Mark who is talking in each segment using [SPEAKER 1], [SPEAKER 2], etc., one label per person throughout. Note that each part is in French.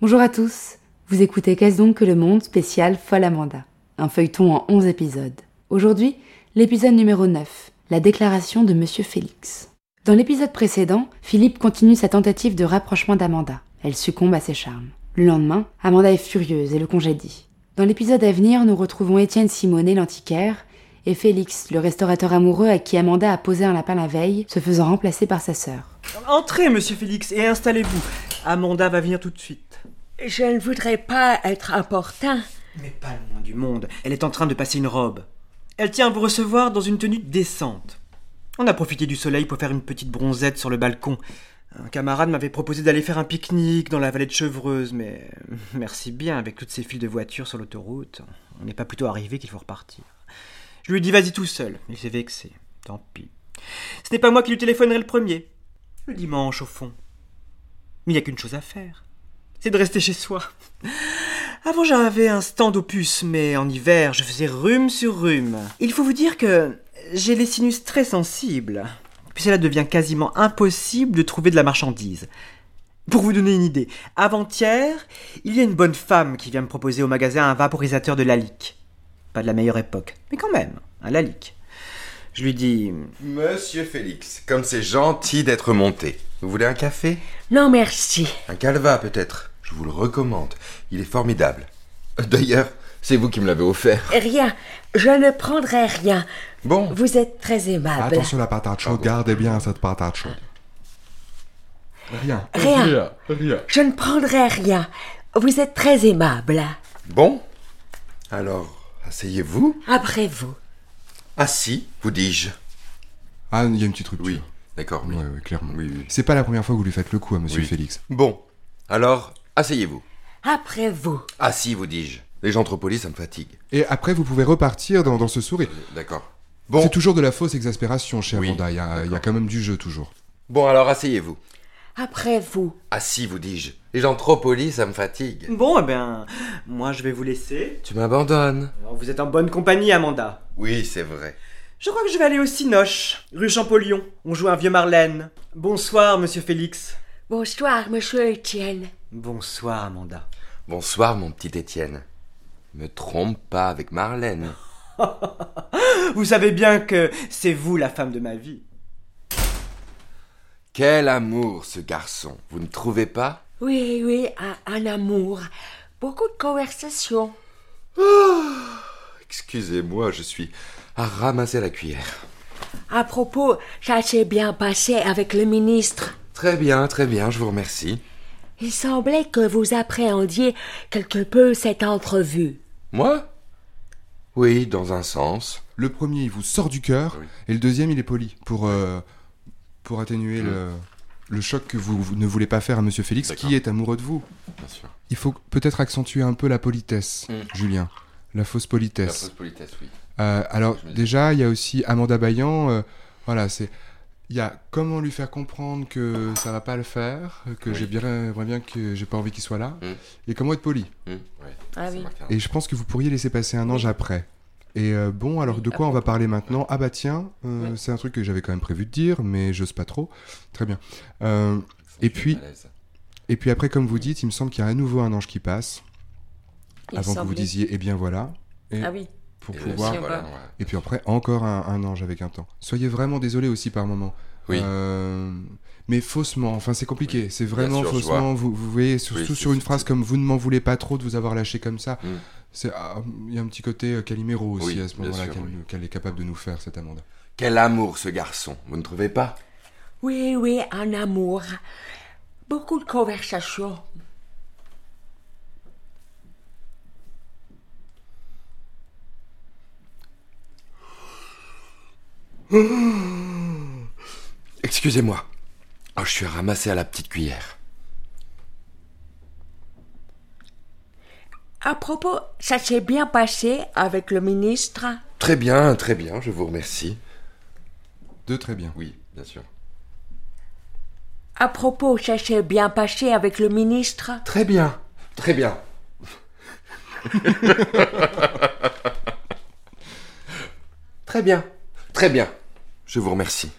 [SPEAKER 1] Bonjour à tous, vous écoutez Qu'est-ce donc que le monde spécial Folle Amanda, un feuilleton en 11 épisodes. Aujourd'hui, l'épisode numéro 9, la déclaration de Monsieur Félix. Dans l'épisode précédent, Philippe continue sa tentative de rapprochement d'Amanda. Elle succombe à ses charmes. Le lendemain, Amanda est furieuse et le congédie. Dans l'épisode à venir, nous retrouvons Étienne Simonet, l'antiquaire, et Félix, le restaurateur amoureux à qui Amanda a posé un lapin la veille, se faisant remplacer par sa sœur.
[SPEAKER 2] Entrez, monsieur Félix, et installez-vous. Amanda va venir tout de suite.
[SPEAKER 3] Je ne voudrais pas être important.
[SPEAKER 2] Mais pas loin du monde. Elle est en train de passer une robe. Elle tient à vous recevoir dans une tenue décente. On a profité du soleil pour faire une petite bronzette sur le balcon. Un camarade m'avait proposé d'aller faire un pique-nique dans la vallée de Chevreuse, mais merci bien, avec toutes ces files de voitures sur l'autoroute, on n'est pas plutôt arrivé qu'il faut repartir. Je lui dis vas-y tout seul. Il s'est vexé. Tant pis. Ce n'est pas moi qui lui téléphonerai le premier. Le dimanche, au fond. Mais il n'y a qu'une chose à faire. C'est de rester chez soi. Avant, j'avais un stand opus, mais en hiver, je faisais rhume sur rhume. Il faut vous dire que j'ai les sinus très sensibles. Puis cela devient quasiment impossible de trouver de la marchandise. Pour vous donner une idée, avant-hier, il y a une bonne femme qui vient me proposer au magasin un vaporisateur de Lalique. Pas de la meilleure époque, mais quand même, un Lalique. Je lui dis
[SPEAKER 4] Monsieur Félix, comme c'est gentil d'être monté. Vous voulez un café
[SPEAKER 3] Non, merci.
[SPEAKER 4] Un calva peut-être Je vous le recommande. Il est formidable. Euh, D'ailleurs, c'est vous qui me l'avez offert.
[SPEAKER 3] Rien. Je ne prendrai rien.
[SPEAKER 4] Bon,
[SPEAKER 3] Vous êtes très aimable.
[SPEAKER 5] Attention la patate chaude, gardez bien cette patate chaude. Rien.
[SPEAKER 3] Rien.
[SPEAKER 5] Rien. Rien.
[SPEAKER 3] Je ne prendrai rien. Vous êtes très aimable.
[SPEAKER 4] bon Alors, asseyez-vous.
[SPEAKER 3] Après vous.
[SPEAKER 4] Assis, vous dis-je.
[SPEAKER 5] Ah, il y a une petite rupture.
[SPEAKER 4] Oui, d'accord.
[SPEAKER 5] Oui,
[SPEAKER 4] oui.
[SPEAKER 5] oui, clairement.
[SPEAKER 4] Oui, oui.
[SPEAKER 5] C'est pas la première fois que vous lui faites le coup à Monsieur
[SPEAKER 4] Oui.
[SPEAKER 5] Félix.
[SPEAKER 4] Bon, alors, asseyez-vous.
[SPEAKER 3] Après vous.
[SPEAKER 4] Assis, vous dis-je. Les gens trop polis, ça me fatigue.
[SPEAKER 5] Et après, vous pouvez repartir dans, dans ce sourire.
[SPEAKER 4] D'accord. Bon,
[SPEAKER 5] C'est toujours de la fausse exaspération chez
[SPEAKER 4] Oui,
[SPEAKER 5] Amanda. Il y, a- il y a quand même du jeu toujours.
[SPEAKER 4] bon alors asseyez-vous.
[SPEAKER 3] Après vous.
[SPEAKER 4] Assis, vous dis-je. Les gens trop polis, ça me fatigue.
[SPEAKER 2] Bon, eh ben, moi je vais vous laisser.
[SPEAKER 4] Tu m'abandonnes
[SPEAKER 2] Alors, vous êtes en bonne compagnie, Amanda.
[SPEAKER 4] Oui, c'est vrai.
[SPEAKER 2] Je crois que je vais aller au Cinoche, rue Champollion. On joue un vieux Marlène. Bonsoir, monsieur Félix.
[SPEAKER 3] Bonsoir, monsieur Étienne.
[SPEAKER 2] Bonsoir, Amanda.
[SPEAKER 4] Bonsoir, mon petit Étienne. Me trompe pas avec Marlène.
[SPEAKER 2] Vous savez bien que c'est vous la femme de ma vie.
[SPEAKER 4] Quel amour, ce garçon. Vous ne trouvez pas
[SPEAKER 3] Oui, oui, un, un amour. Beaucoup de conversations.
[SPEAKER 4] Excusez-moi, je suis à ramasser la cuillère.
[SPEAKER 3] À propos, ça s'est bien passé avec le ministre.
[SPEAKER 4] Très bien, très bien, je vous remercie.
[SPEAKER 3] Il semblait que vous appréhendiez quelque peu cette entrevue.
[SPEAKER 4] Moi Oui, dans un sens.
[SPEAKER 5] Le premier, il vous sort du cœur.
[SPEAKER 4] Oui.
[SPEAKER 5] Et le deuxième, il est poli. Pour, euh, pour atténuer le, le choc que vous, vous ne voulez pas faire à Monsieur Félix,
[SPEAKER 4] D'accord.
[SPEAKER 5] qui est amoureux de vous.
[SPEAKER 4] Bien sûr.
[SPEAKER 5] Il faut peut-être accentuer un peu la politesse,
[SPEAKER 4] Mm.
[SPEAKER 5] Julien. La fausse
[SPEAKER 4] La
[SPEAKER 5] politesse.
[SPEAKER 4] fausse politesse, oui.
[SPEAKER 5] Euh, alors
[SPEAKER 4] Je me dis-
[SPEAKER 5] déjà, il y a aussi Amanda Bayan. euh, voilà, c'est il y a comment lui faire comprendre que ça va pas le faire, que
[SPEAKER 4] Oui.
[SPEAKER 5] j'ai bien, j'aimerais bien que j'ai pas envie qu'il soit là,
[SPEAKER 4] Mm.
[SPEAKER 5] et comment être poli.
[SPEAKER 4] Hmm, ouais,
[SPEAKER 3] Ah
[SPEAKER 4] c'est
[SPEAKER 3] oui.
[SPEAKER 4] moi qui ai un-
[SPEAKER 5] Et je pense que vous pourriez laisser passer un ange après. Et euh, bon, alors de quoi on va parler maintenant Ah bah tiens, euh, c'est un truc que j'avais quand même prévu de dire, mais j'ose pas trop. Très bien. Euh,
[SPEAKER 4] Je suis
[SPEAKER 5] puis-
[SPEAKER 4] à l'aise.
[SPEAKER 5] et puis après, comme vous dites, il me semble qu'il y a à nouveau un ange qui passe,
[SPEAKER 6] Il
[SPEAKER 5] avant que vous
[SPEAKER 6] semblait.
[SPEAKER 5] disiez, eh bien voilà,
[SPEAKER 6] Ah oui,
[SPEAKER 5] pour
[SPEAKER 4] Et
[SPEAKER 5] pouvoir...
[SPEAKER 6] si on
[SPEAKER 4] voilà,
[SPEAKER 6] va.
[SPEAKER 4] ouais.
[SPEAKER 5] Et puis après, encore un, un ange avec un temps. Soyez vraiment désolé aussi par moment.
[SPEAKER 4] Oui.
[SPEAKER 5] Euh, mais faussement, enfin c'est compliqué. C'est vraiment
[SPEAKER 4] sûr, je
[SPEAKER 5] faussement. Vous, vous voyez, surtout
[SPEAKER 4] Oui, c'est-
[SPEAKER 5] sur une
[SPEAKER 4] c'est-
[SPEAKER 5] phrase comme vous ne m'en voulez pas trop de vous avoir lâché comme ça.
[SPEAKER 4] Mm.
[SPEAKER 5] C'est ah, il y a un petit côté euh, Calimero aussi
[SPEAKER 4] Oui,
[SPEAKER 5] à ce
[SPEAKER 4] bien
[SPEAKER 5] moment-là
[SPEAKER 4] sûr,
[SPEAKER 5] qu'elle
[SPEAKER 4] oui.
[SPEAKER 5] qu'elle est capable de nous faire cette amende.
[SPEAKER 4] Quel amour, ce garçon. Vous ne trouvez pas
[SPEAKER 3] Oui, oui, un amour. Beaucoup de conversations.
[SPEAKER 4] Excusez-moi. Oh, je suis ramassé à la petite cuillère.
[SPEAKER 3] À propos, ça s'est bien passé avec le ministre.
[SPEAKER 4] Très bien, très bien, je vous remercie.
[SPEAKER 5] Deux très bien.
[SPEAKER 4] Oui, bien sûr.
[SPEAKER 3] À propos, ça s'est bien passé avec le ministre.
[SPEAKER 4] Très bien, très bien. très bien, très bien. Je vous remercie.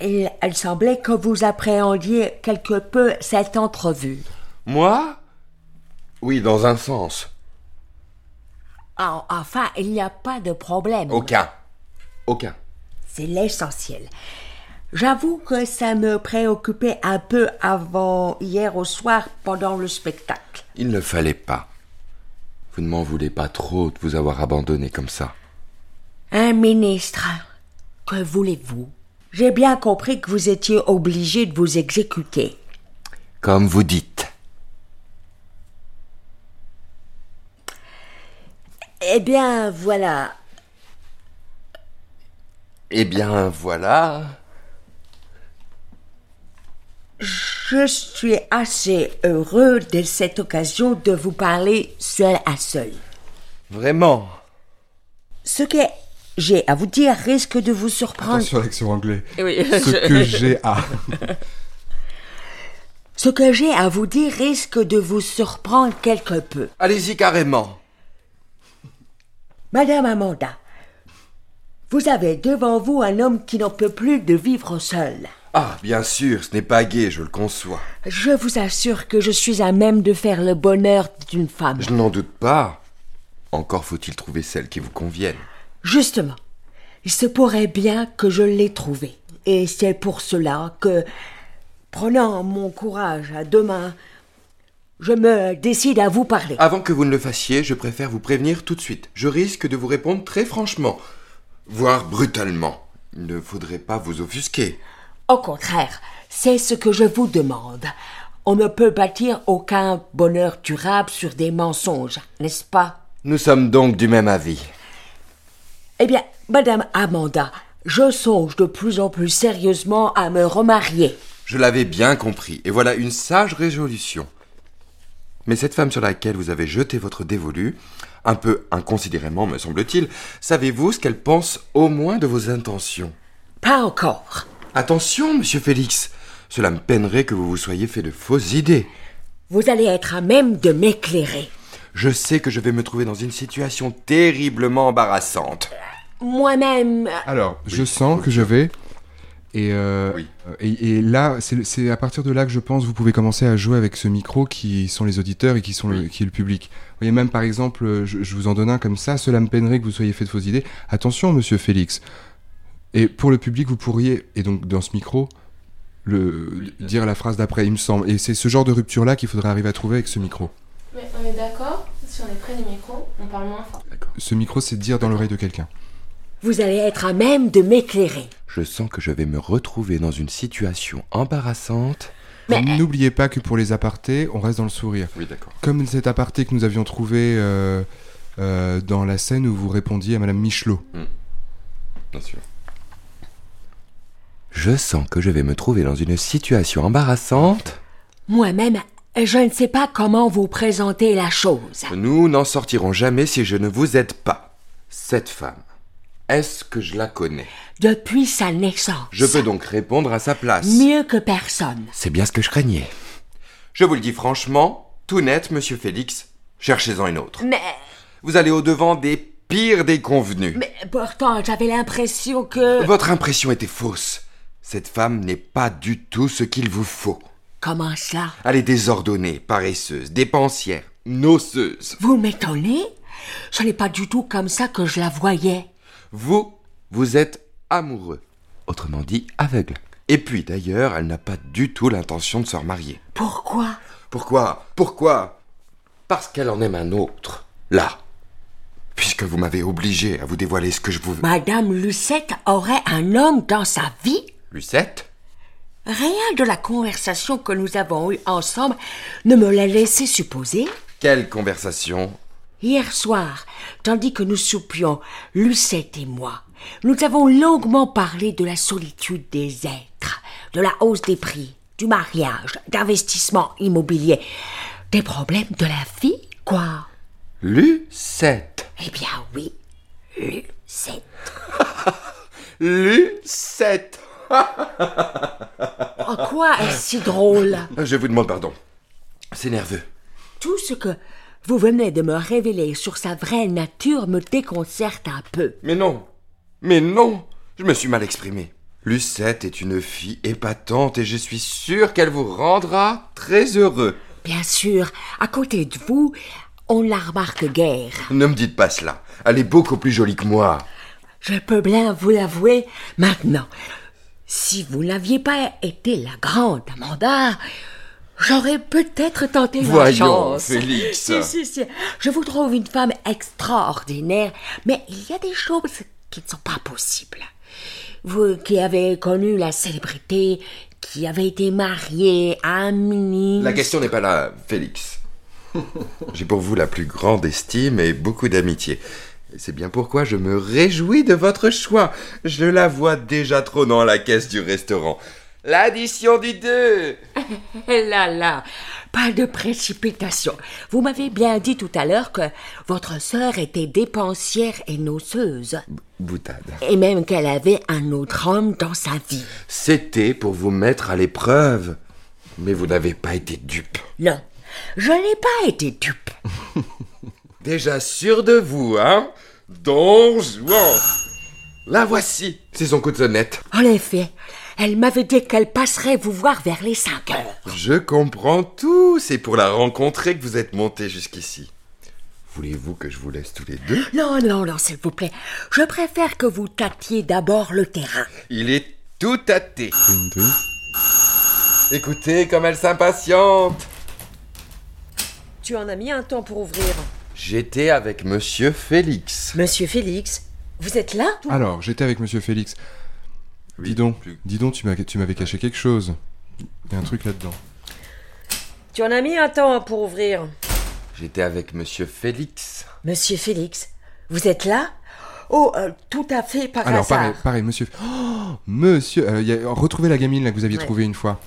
[SPEAKER 3] il, il semblait que vous appréhendiez quelque peu cette entrevue.
[SPEAKER 4] Moi Oui, dans un sens.
[SPEAKER 3] En- enfin, il n'y a pas de problème.
[SPEAKER 4] Aucun. Aucun.
[SPEAKER 3] C'est l'essentiel. J'avoue que ça me préoccupait un peu avant hier au soir pendant le spectacle.
[SPEAKER 4] Il ne fallait pas. Vous ne m'en voulez pas trop de vous avoir abandonné comme ça.
[SPEAKER 3] Un ministre, que voulez-vous J'ai bien compris que vous étiez obligé de vous exécuter.
[SPEAKER 4] Comme vous dites.
[SPEAKER 3] Eh bien, voilà.
[SPEAKER 4] Eh bien, voilà.
[SPEAKER 3] Je suis assez heureux de cette occasion de vous parler seul à seul.
[SPEAKER 4] Vraiment.
[SPEAKER 3] Ce que j'ai à vous dire risque de vous surprendre.
[SPEAKER 5] Attention à l'accent anglais.
[SPEAKER 6] Oui,
[SPEAKER 5] Ce que j'ai à.
[SPEAKER 3] Ce que j'ai à vous dire risque de vous surprendre quelque peu.
[SPEAKER 4] Allez-y carrément.
[SPEAKER 3] Madame Amanda, vous avez devant vous un homme qui n'en peut plus de vivre seul.
[SPEAKER 4] Ah, bien sûr, ce n'est pas gai, je le conçois.
[SPEAKER 3] Je vous assure que je suis à même de faire le bonheur d'une femme.
[SPEAKER 4] Je n'en doute pas. Encore faut-il trouver celle qui vous convienne.
[SPEAKER 3] Justement, il se pourrait bien que je l'ai trouvé. Et c'est pour cela que, prenant mon courage à deux mains, je me décide à vous parler.
[SPEAKER 4] Avant que vous ne le fassiez, je préfère vous prévenir tout de suite. Je risque de vous répondre très franchement, voire brutalement. Il ne faudrait pas vous offusquer.
[SPEAKER 3] Au contraire, c'est ce que je vous demande. On ne peut bâtir aucun bonheur durable sur des mensonges, n'est-ce pas
[SPEAKER 4] Nous sommes donc du même avis.
[SPEAKER 3] Eh bien, Madame Amanda, je songe de plus en plus sérieusement à me remarier.
[SPEAKER 4] Je l'avais bien compris, et voilà une sage résolution. Mais cette femme sur laquelle vous avez jeté votre dévolu, un peu inconsidérément me semble-t-il, savez-vous ce qu'elle pense au moins de vos intentions
[SPEAKER 3] Pas encore.
[SPEAKER 4] Attention, monsieur Félix Cela me peinerait que vous vous soyez fait de fausses idées.
[SPEAKER 3] Vous allez être à même de m'éclairer.
[SPEAKER 4] Je sais que je vais me trouver dans une situation terriblement embarrassante.
[SPEAKER 3] Moi-même,
[SPEAKER 5] Alors, je sens que je vais. Et, euh,
[SPEAKER 4] Oui.
[SPEAKER 5] et, et là, c'est c'est à partir de là que je pense vous pouvez commencer à jouer avec ce micro qui sont les auditeurs et qui, sont le, qui est le public. Vous voyez, même par exemple, euh, je, je vous en donne un comme ça, cela me peinerait que vous soyez fait de fausses idées. Attention, monsieur Félix. Et pour le public, vous pourriez, et donc dans ce micro, le, dire la phrase d'après, il me semble. Et c'est ce genre de rupture-là qu'il faudrait arriver à trouver avec ce micro.
[SPEAKER 6] Mais on est d'accord, si on est près du micro, on parle moins fort.
[SPEAKER 5] Ce micro, c'est dire dans l'oreille de quelqu'un.
[SPEAKER 3] vous allez être à même de m'éclairer.
[SPEAKER 4] Je sens que je vais me retrouver dans une situation embarrassante.
[SPEAKER 5] N'oubliez pas que pour les apartés, on reste dans le sourire.
[SPEAKER 4] Oui, d'accord.
[SPEAKER 5] Comme cet aparté que nous avions trouvé euh, euh, dans la scène où vous répondiez à Madame Michelot.
[SPEAKER 4] Bien sûr. Je sens que je vais me trouver dans une situation embarrassante.
[SPEAKER 3] Moi-même, je ne sais pas comment vous présenter la chose.
[SPEAKER 4] Nous n'en sortirons jamais si je ne vous aide pas. Cette femme, est-ce que je la connais
[SPEAKER 3] Depuis sa naissance,
[SPEAKER 4] Je peux donc répondre à sa place.
[SPEAKER 3] mieux que personne.
[SPEAKER 4] C'est bien ce que je craignais. Je vous le dis franchement, tout net, monsieur Félix, cherchez-en une autre.
[SPEAKER 3] Mais,
[SPEAKER 4] Vous allez au-devant des pires déconvenus.
[SPEAKER 3] mais euh, pourtant, j'avais l'impression que...
[SPEAKER 4] Votre impression était fausse. Cette femme n'est pas du tout ce qu'il vous faut.
[SPEAKER 3] Comment cela
[SPEAKER 4] Elle est désordonnée, paresseuse, dépensière, noceuse.
[SPEAKER 3] Vous m'étonnez Ce n'est pas du tout comme ça que je la voyais.
[SPEAKER 4] Vous, vous êtes amoureux. Autrement dit, aveugle. Et puis d'ailleurs, elle n'a pas du tout l'intention de se remarier.
[SPEAKER 3] Pourquoi
[SPEAKER 4] Pourquoi Pourquoi Parce qu'elle en aime un autre. Là. Puisque vous m'avez obligé à vous dévoiler ce que je vous...
[SPEAKER 3] Madame Lucette aurait un homme dans sa vie
[SPEAKER 4] Lucette
[SPEAKER 3] Rien de la conversation que nous avons eue ensemble ne me l'a laissé supposer.
[SPEAKER 4] Quelle conversation
[SPEAKER 3] Hier soir, tandis que nous soupions, Lucette et moi, nous avons longuement parlé de la solitude des êtres, de la hausse des prix, du mariage, d'investissement immobilier, des problèmes de la vie, quoi.
[SPEAKER 4] Lucette
[SPEAKER 3] Eh bien oui, Lucette.
[SPEAKER 4] Lucette
[SPEAKER 3] En quoi est-ce si drôle
[SPEAKER 4] Je vous demande pardon. C'est nerveux.
[SPEAKER 3] Tout ce que vous venez de me révéler sur sa vraie nature me déconcerte un peu.
[SPEAKER 4] Mais non Mais non Je me suis mal exprimé. Lucette est une fille épatante et je suis sûre qu'elle vous rendra très heureux.
[SPEAKER 7] Bien sûr, à côté de vous, on la remarque guère.
[SPEAKER 4] Ne me dites pas cela. Elle est beaucoup plus jolie que moi.
[SPEAKER 7] Je peux bien vous l'avouer maintenant. Si vous n'aviez pas été la grande Amanda, j'aurais peut-être tenté ma
[SPEAKER 4] Voyons,
[SPEAKER 7] chance.
[SPEAKER 4] Félix.
[SPEAKER 7] Si, si, si. Je vous trouve une femme extraordinaire, mais il y a des choses qui ne sont pas possibles. Vous qui avez connu la célébrité, qui avez été mariée à un ministre.
[SPEAKER 4] La question n'est pas là, Félix. J'ai pour vous la plus grande estime et beaucoup d'amitié. Et C'est bien pourquoi je me réjouis de votre choix. Je la vois déjà trop dans la caisse du restaurant. L'addition du deux
[SPEAKER 7] Eh Là, là, pas de précipitation. Vous m'avez bien dit tout à l'heure que votre sœur était dépensière et noceuse,
[SPEAKER 4] Boutade.
[SPEAKER 7] et même qu'elle avait un autre homme dans sa vie.
[SPEAKER 4] C'était pour vous mettre à l'épreuve. Mais vous n'avez pas été dupe.
[SPEAKER 7] Non, je n'ai pas été dupe.
[SPEAKER 4] Déjà sûr de vous, hein Don Juan La voici C'est son coup de sonnette.
[SPEAKER 7] En effet, elle m'avait dit qu'elle passerait vous voir vers les cinq heures.
[SPEAKER 4] Je comprends tout, c'est pour la rencontrer que vous êtes monté jusqu'ici. Voulez-vous que je vous laisse tous les deux
[SPEAKER 7] Non, non, non, s'il vous plaît. Je préfère que vous tâtiez d'abord le terrain.
[SPEAKER 4] Il est tout tâté.
[SPEAKER 5] Tring, tring.
[SPEAKER 4] Écoutez comme elle s'impatiente.
[SPEAKER 3] Tu en as mis un temps pour ouvrir.
[SPEAKER 4] J'étais avec monsieur Félix.
[SPEAKER 3] Monsieur Félix, vous êtes là
[SPEAKER 5] Alors, j'étais avec monsieur Félix. dis donc, dis donc, tu m'as- tu m'avais caché quelque chose. Il y a un truc là-dedans.
[SPEAKER 3] Tu en as mis un temps pour ouvrir.
[SPEAKER 4] J'étais avec monsieur Félix.
[SPEAKER 3] Monsieur Félix, vous êtes là Oh, euh, tout à fait par
[SPEAKER 5] Alors,
[SPEAKER 3] hasard.
[SPEAKER 5] pareil, pareil, monsieur. Oh, monsieur, euh, il y a- retrouvez la gamine là, que vous aviez
[SPEAKER 3] Ouais.
[SPEAKER 5] trouvée une fois.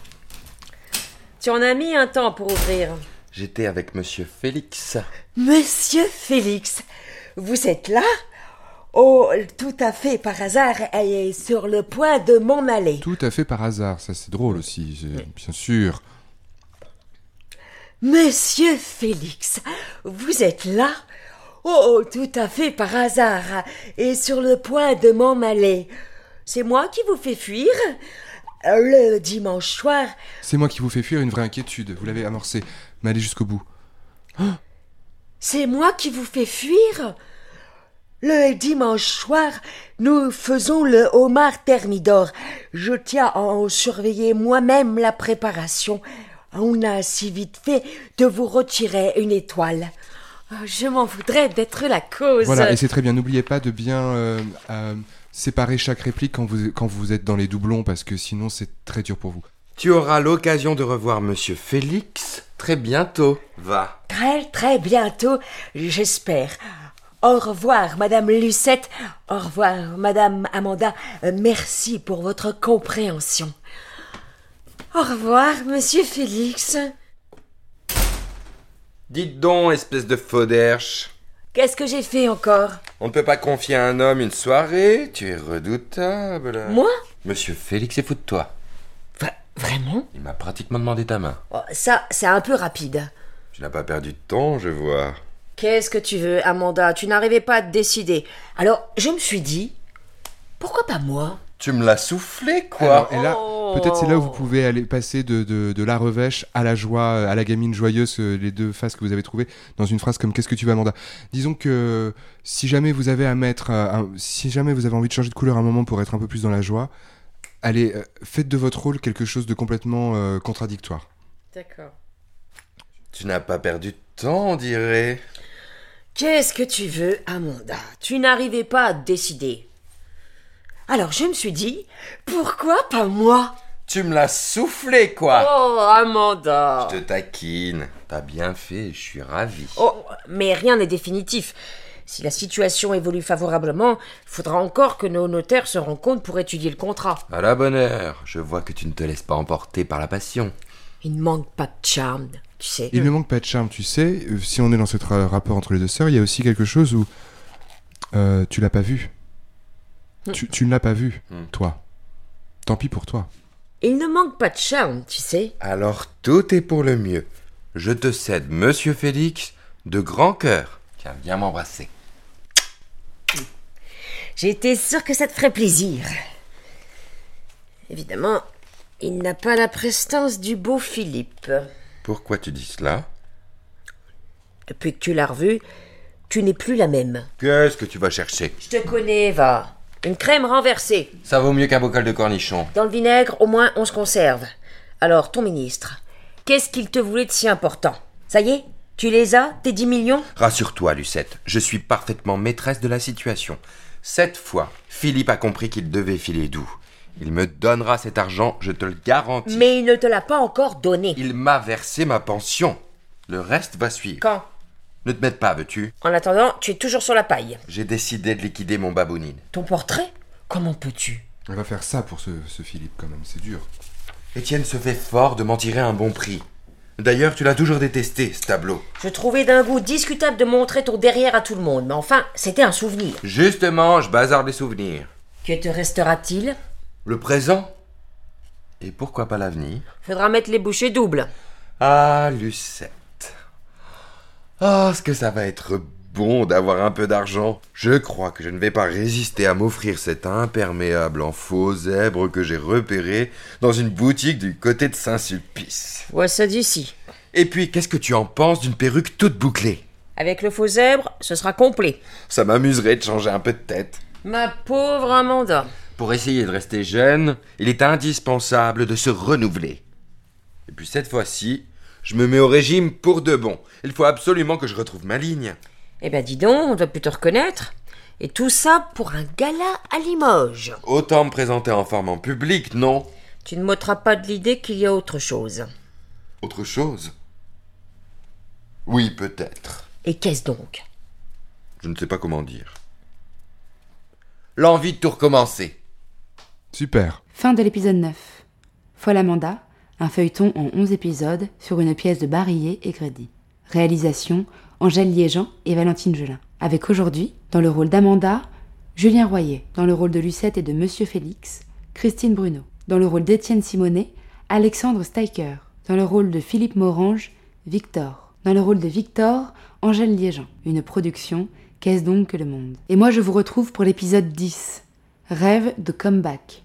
[SPEAKER 3] Tu en as mis un temps pour ouvrir.
[SPEAKER 4] J'étais avec monsieur Félix.
[SPEAKER 3] Monsieur Félix, vous êtes là Oh, tout à fait par hasard, elle est sur le point de m'en aller.
[SPEAKER 5] Tout à fait par hasard, ça c'est drôle aussi, j'ai- bien sûr.
[SPEAKER 3] Monsieur Félix, vous êtes là Oh, tout à fait par hasard, et sur le point de m'en aller. C'est moi qui vous fais fuir Le dimanche soir,
[SPEAKER 5] C'est moi qui vous fais fuir une vraie inquiétude, vous l'avez amorcée, mais allez jusqu'au bout.
[SPEAKER 3] c'est moi qui vous fais fuir Le dimanche soir, nous faisons le homard thermidor. Je tiens à en surveiller moi-même la préparation. On a si vite fait de vous retirer une étoile. Ah, Je m'en voudrais d'être la cause.
[SPEAKER 5] Voilà, et c'est très bien, n'oubliez pas de bien euh, euh, séparer chaque réplique quand vous, quand vous êtes dans les doublons, parce que sinon c'est très dur pour vous.
[SPEAKER 4] Tu auras l'occasion de revoir monsieur Félix très bientôt. Va.
[SPEAKER 3] Très très bientôt, j'espère. Au revoir, Madame Lucette. Au revoir, Madame Amanda. Euh, Merci pour votre compréhension. Au revoir, Monsieur Félix.
[SPEAKER 4] Dites donc, espèce de fauderche.
[SPEAKER 3] Qu'est-ce que j'ai fait encore
[SPEAKER 4] On ne peut pas confier à un homme une soirée, tu es redoutable.
[SPEAKER 3] Moi
[SPEAKER 4] Monsieur Félix est fou de toi.
[SPEAKER 3] Euh, Vra- Vraiment
[SPEAKER 4] Il m'a pratiquement demandé ta main.
[SPEAKER 3] Oh, Ça, c'est un peu rapide.
[SPEAKER 4] Tu n'as pas perdu de temps, je vois.
[SPEAKER 3] Qu'est-ce que tu veux, Amanda Tu n'arrivais pas à te décider. Alors, je me suis dit, pourquoi pas moi
[SPEAKER 4] Tu me l'as soufflé,
[SPEAKER 5] Alors,
[SPEAKER 4] quoi
[SPEAKER 5] et là,
[SPEAKER 3] Oh.
[SPEAKER 5] peut-être c'est là où vous pouvez aller passer de, de, de la revêche à la joie, euh, à la gamine joyeuse, euh, les deux faces que vous avez trouvées, dans une phrase comme Qu'est-ce que tu veux, Amanda Disons que si jamais vous avez à mettre, euh, un- si jamais vous avez envie de changer de couleur un moment pour être un peu plus dans la joie, allez, euh, faites de votre rôle quelque chose de complètement euh, contradictoire.
[SPEAKER 3] D'accord.
[SPEAKER 4] Tu n'as pas perdu de temps, on dirait.
[SPEAKER 3] Qu'est-ce que tu veux, Amanda Tu n'arrivais pas à te décider. Alors je me suis dit, pourquoi pas moi
[SPEAKER 4] Tu me l'as soufflé, quoi
[SPEAKER 3] Oh, Amanda
[SPEAKER 4] Ah. Je te taquine. T'as bien fait, je suis ravi.
[SPEAKER 3] Oh, mais rien n'est définitif. Si la situation évolue favorablement, faudra encore que nos notaires se rencontrent pour étudier le contrat.
[SPEAKER 4] À la bonne heure. Je vois que tu ne te laisses pas emporter par la passion.
[SPEAKER 3] Il ne manque pas de charme, tu sais.
[SPEAKER 5] Il ne manque pas de charme, tu sais. Euh, Si on est dans ce tra- rapport entre les deux sœurs, il y a aussi quelque chose où euh, tu l'as pas vu. Tu, tu ne l'as pas vu, toi. Tant pis pour toi.
[SPEAKER 3] Il ne manque pas de charme, tu sais.
[SPEAKER 4] Alors tout est pour le mieux. Je te cède, monsieur Félix, de grand cœur. Tiens, viens m'embrasser.
[SPEAKER 3] J'étais sûre que ça te ferait plaisir. Évidemment, il n'a pas la prestance du beau Philippe.
[SPEAKER 4] Pourquoi tu dis cela
[SPEAKER 3] Depuis que tu l'as revu, tu n'es plus la même.
[SPEAKER 4] Qu'est-ce que tu vas chercher
[SPEAKER 3] Je te connais, Eva. Une crème renversée.
[SPEAKER 4] Ça vaut mieux qu'un bocal de cornichons.
[SPEAKER 3] Dans le vinaigre, au moins, on se conserve. Alors, ton ministre, qu'est-ce qu'il te voulait de si important Ça y est Tu les as, tes 10 millions
[SPEAKER 4] Rassure-toi, Lucette, je suis parfaitement maîtresse de la situation. Cette fois, Philippe a compris qu'il devait filer doux. Il me donnera cet argent, je te le garantis.
[SPEAKER 3] Mais il ne te l'a pas encore donné.
[SPEAKER 4] Il m'a versé ma pension. Le reste va suivre.
[SPEAKER 3] Quand
[SPEAKER 4] Ne te mette pas, veux-tu
[SPEAKER 3] En attendant, tu es toujours sur la paille.
[SPEAKER 4] J'ai décidé de liquider mon babounine.
[SPEAKER 3] Ton portrait Comment peux-tu
[SPEAKER 5] On va faire ça pour ce, ce Philippe quand même, c'est dur.
[SPEAKER 4] Étienne se fait fort de m'en tirer un bon prix. D'ailleurs, tu l'as toujours détesté, ce tableau.
[SPEAKER 3] Je trouvais d'un goût discutable de montrer ton derrière à tout le monde, mais enfin, c'était un souvenir.
[SPEAKER 4] Justement, je bazarde les souvenirs.
[SPEAKER 3] Que te restera-t-il
[SPEAKER 4] Le présent Et pourquoi pas l'avenir
[SPEAKER 3] Faudra mettre les bouchées doubles.
[SPEAKER 4] Ah, Lucette. Ah, ce que ça va être bon d'avoir un peu d'argent. Je crois que je ne vais pas résister à m'offrir cet imperméable en faux zèbre que j'ai repéré dans une boutique du côté de Saint-Sulpice.
[SPEAKER 3] Vois ça d'ici.
[SPEAKER 4] Et puis, qu'est-ce que tu en penses d'une perruque toute bouclée
[SPEAKER 3] Avec le faux zèbre, ce sera complet.
[SPEAKER 4] Ça m'amuserait de changer un peu de tête.
[SPEAKER 3] Ma pauvre Amanda.
[SPEAKER 4] Pour essayer de rester jeune, il est indispensable de se renouveler. Et puis cette fois-ci, je me mets au régime pour de bon. Il faut absolument que je retrouve ma ligne.
[SPEAKER 3] Eh ben dis donc, on doit plus te reconnaître. Et tout ça pour un gala à Limoges.
[SPEAKER 4] Autant me présenter en forme en public, non
[SPEAKER 3] Tu ne m'ôteras pas de l'idée qu'il y a autre chose.
[SPEAKER 4] Autre chose Oui, peut-être.
[SPEAKER 3] Et qu'est-ce donc
[SPEAKER 4] Je ne sais pas comment dire. L'envie de tout recommencer.
[SPEAKER 5] Super.
[SPEAKER 1] Fin de l'épisode 9. Folle Amanda, un feuilleton en 11 épisodes sur une pièce de Barillet et Grédy. Réalisation Angèle Liégeant et Valentine Gelin. Avec aujourd'hui, dans le rôle d'Amanda, Julien Royer, dans le rôle de Lucette et de Monsieur Félix, Christine Bruno, dans le rôle d'Étienne Simonet, Alexandre Steiker, dans le rôle de Philippe Morange, Victor, dans le rôle de Victor, Angèle Liégeant. Une production Qu'est-ce donc que le monde Et moi je vous retrouve pour l'épisode 10, Rêve de comeback,